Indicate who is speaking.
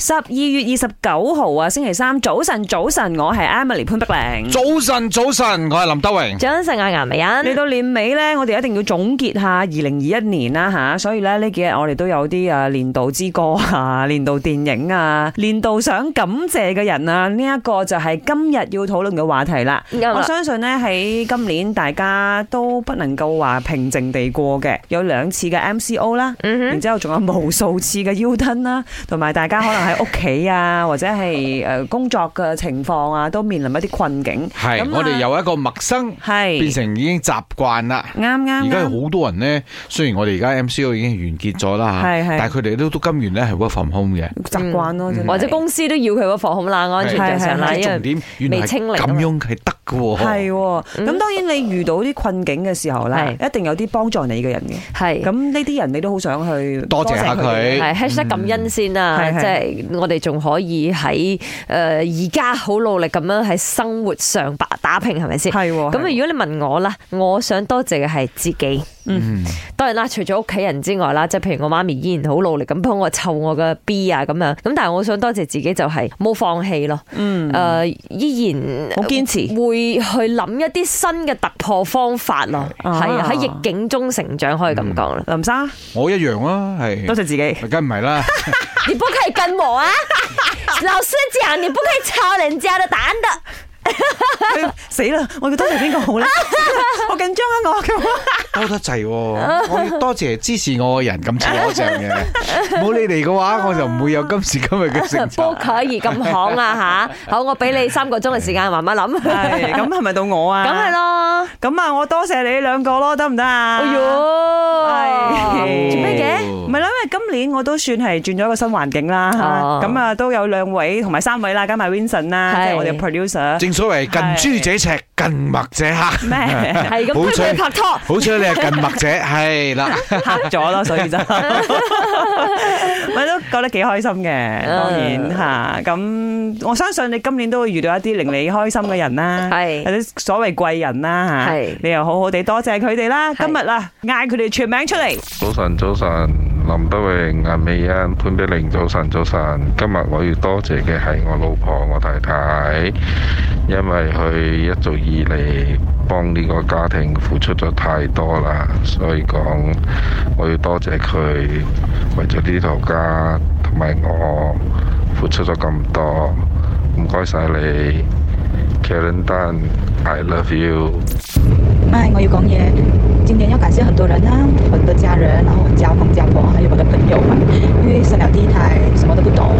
Speaker 1: 十二月二十九號啊，星期三早晨，早晨，我係 Emily 潘碧玲。
Speaker 2: 早晨，早晨，我系林德荣。
Speaker 3: 早晨啊，颜美
Speaker 1: 嚟
Speaker 3: 欣，
Speaker 1: 到年尾呢，我哋一定要總結下二零二一年啦吓，所以咧呢幾日我哋都有啲啊年度之歌啊、 年度電影啊、年度想感謝嘅人啊，呢、一個就係今日要討論嘅話題啦。
Speaker 3: 啱
Speaker 1: 我
Speaker 3: 啦，
Speaker 1: 相信呢，喺今年大家都不能夠話平靜地過嘅，有兩次嘅 MCO 啦，然
Speaker 3: 嗯
Speaker 1: 之後仲有無數次嘅 U 吞啦，同埋大家可能喺屋企啊，或者係誒工作嘅情況啊，都面臨一啲困境。
Speaker 2: 系
Speaker 1: 咁啊
Speaker 2: 我哋由一个陌生变
Speaker 1: 係
Speaker 2: 成已经习惯啦。
Speaker 1: 啱啱啊
Speaker 2: 而家
Speaker 1: 啱
Speaker 2: 有好多人咧，雖然我哋而家 MCO 已經完結咗啦
Speaker 1: 係係
Speaker 2: 嚇，但係佢哋都都甘願咧係 work from home 嘅。
Speaker 1: 習慣咯，真係
Speaker 3: 嗯哼，或者公司都要佢個防控啦，安全着想啦，
Speaker 1: 係啊
Speaker 2: 即係
Speaker 3: 因
Speaker 2: 重
Speaker 3: 為
Speaker 2: 點原來
Speaker 3: 未
Speaker 2: 係
Speaker 3: 清零啊
Speaker 2: 咁
Speaker 3: 嘛
Speaker 2: 樣係得嘅
Speaker 1: 係
Speaker 2: 喎。
Speaker 1: 喎。咁當然你遇到啲困境嘅時候啦，
Speaker 3: 係
Speaker 1: 一定有啲幫助你嘅人嘅。
Speaker 3: 係
Speaker 1: 咁呢啲人你都好想去
Speaker 2: 多謝下
Speaker 1: 嘅
Speaker 2: 佢
Speaker 3: 係 hashtag 感恩先啊！
Speaker 1: 係係
Speaker 3: 即係我哋仲可以喺誒而家好努力咁樣喺生活上打打拼，係咪先？咁啊，
Speaker 1: 係喎。
Speaker 3: 如果你問我啦，我想多謝嘅係自己。
Speaker 2: 嗯，
Speaker 3: 當然啦，除咗屋企人之外啦，即係譬如我媽咪依然好努力咁幫我湊我嘅 B 啊咁樣。咁但係我想多謝自己就係冇放棄咯。
Speaker 1: 嗯
Speaker 3: 誒、依然
Speaker 1: 好堅持
Speaker 3: 會去諗一啲新嘅突破方法咯。
Speaker 1: 啊
Speaker 3: 係啊，喺逆境中成長可以咁講啦。
Speaker 1: 林生
Speaker 2: 我一樣啦，
Speaker 1: 多謝自
Speaker 2: 係，
Speaker 1: 己。
Speaker 2: 梗唔係 啦。
Speaker 3: 你不可以跟我啊！ 老師講你不可以抄人家的答案的。
Speaker 1: 哎死啦！我要多謝邊個好咧？我緊張啊！我咁
Speaker 2: 多得滯喎，我要多謝支持我嘅人，咁似我一樣 嘅。冇你哋嘅話，我就唔會有今時今日嘅成
Speaker 3: 不
Speaker 2: 就。哦
Speaker 3: 可以咁行啊吓！好，我俾你三個鐘嘅時間慢慢諗。
Speaker 1: 係咁係咪到我啊？
Speaker 3: 咁係。咯。
Speaker 1: 咁啊，我多謝你兩個咯，得唔得啊？
Speaker 3: 哎
Speaker 1: 係哎
Speaker 3: 呦，做咩嘅？
Speaker 1: 唔係啦，因為今年我都算係轉咗一個新環境啦，
Speaker 3: 哦
Speaker 1: 咁啊都有兩位同埋三位啦，加埋 Vincent 啦，
Speaker 3: 係
Speaker 1: 即係我哋 producer
Speaker 2: 正所謂近朱者赤，近墨者黑。
Speaker 1: 咩
Speaker 3: 係咁
Speaker 2: 好
Speaker 3: 推佢
Speaker 2: 彩
Speaker 3: 去拍拖。
Speaker 2: 好彩你係近墨者，係啦。
Speaker 1: 黑咗咯，所以就我都覺得幾開心嘅，當然嚇。咁我相信你今年都會遇到一啲令你開心嘅人啦，
Speaker 3: 係
Speaker 1: 或者所謂貴人啦嚇
Speaker 3: 係，
Speaker 1: 你又好好地多謝佢哋啦。今日啊，嗌佢哋全名出嚟。
Speaker 4: 早晨，早晨，林德榮、顏美欣、潘碧玲，早晨，早晨。今日我要多謝嘅係我老婆、我太太，因為佢一早以嚟幫呢個家庭付出咗太多啦，所以講我要多謝佢為咗呢頭家同埋我付出咗咁多，唔該晒你，Karen Tan，I love you。
Speaker 5: 哎，我要讲嘢。今年要感谢很多人啊，我的家人，然后我的家公家婆，还有我的朋友们，因为生了第一胎什么都不懂，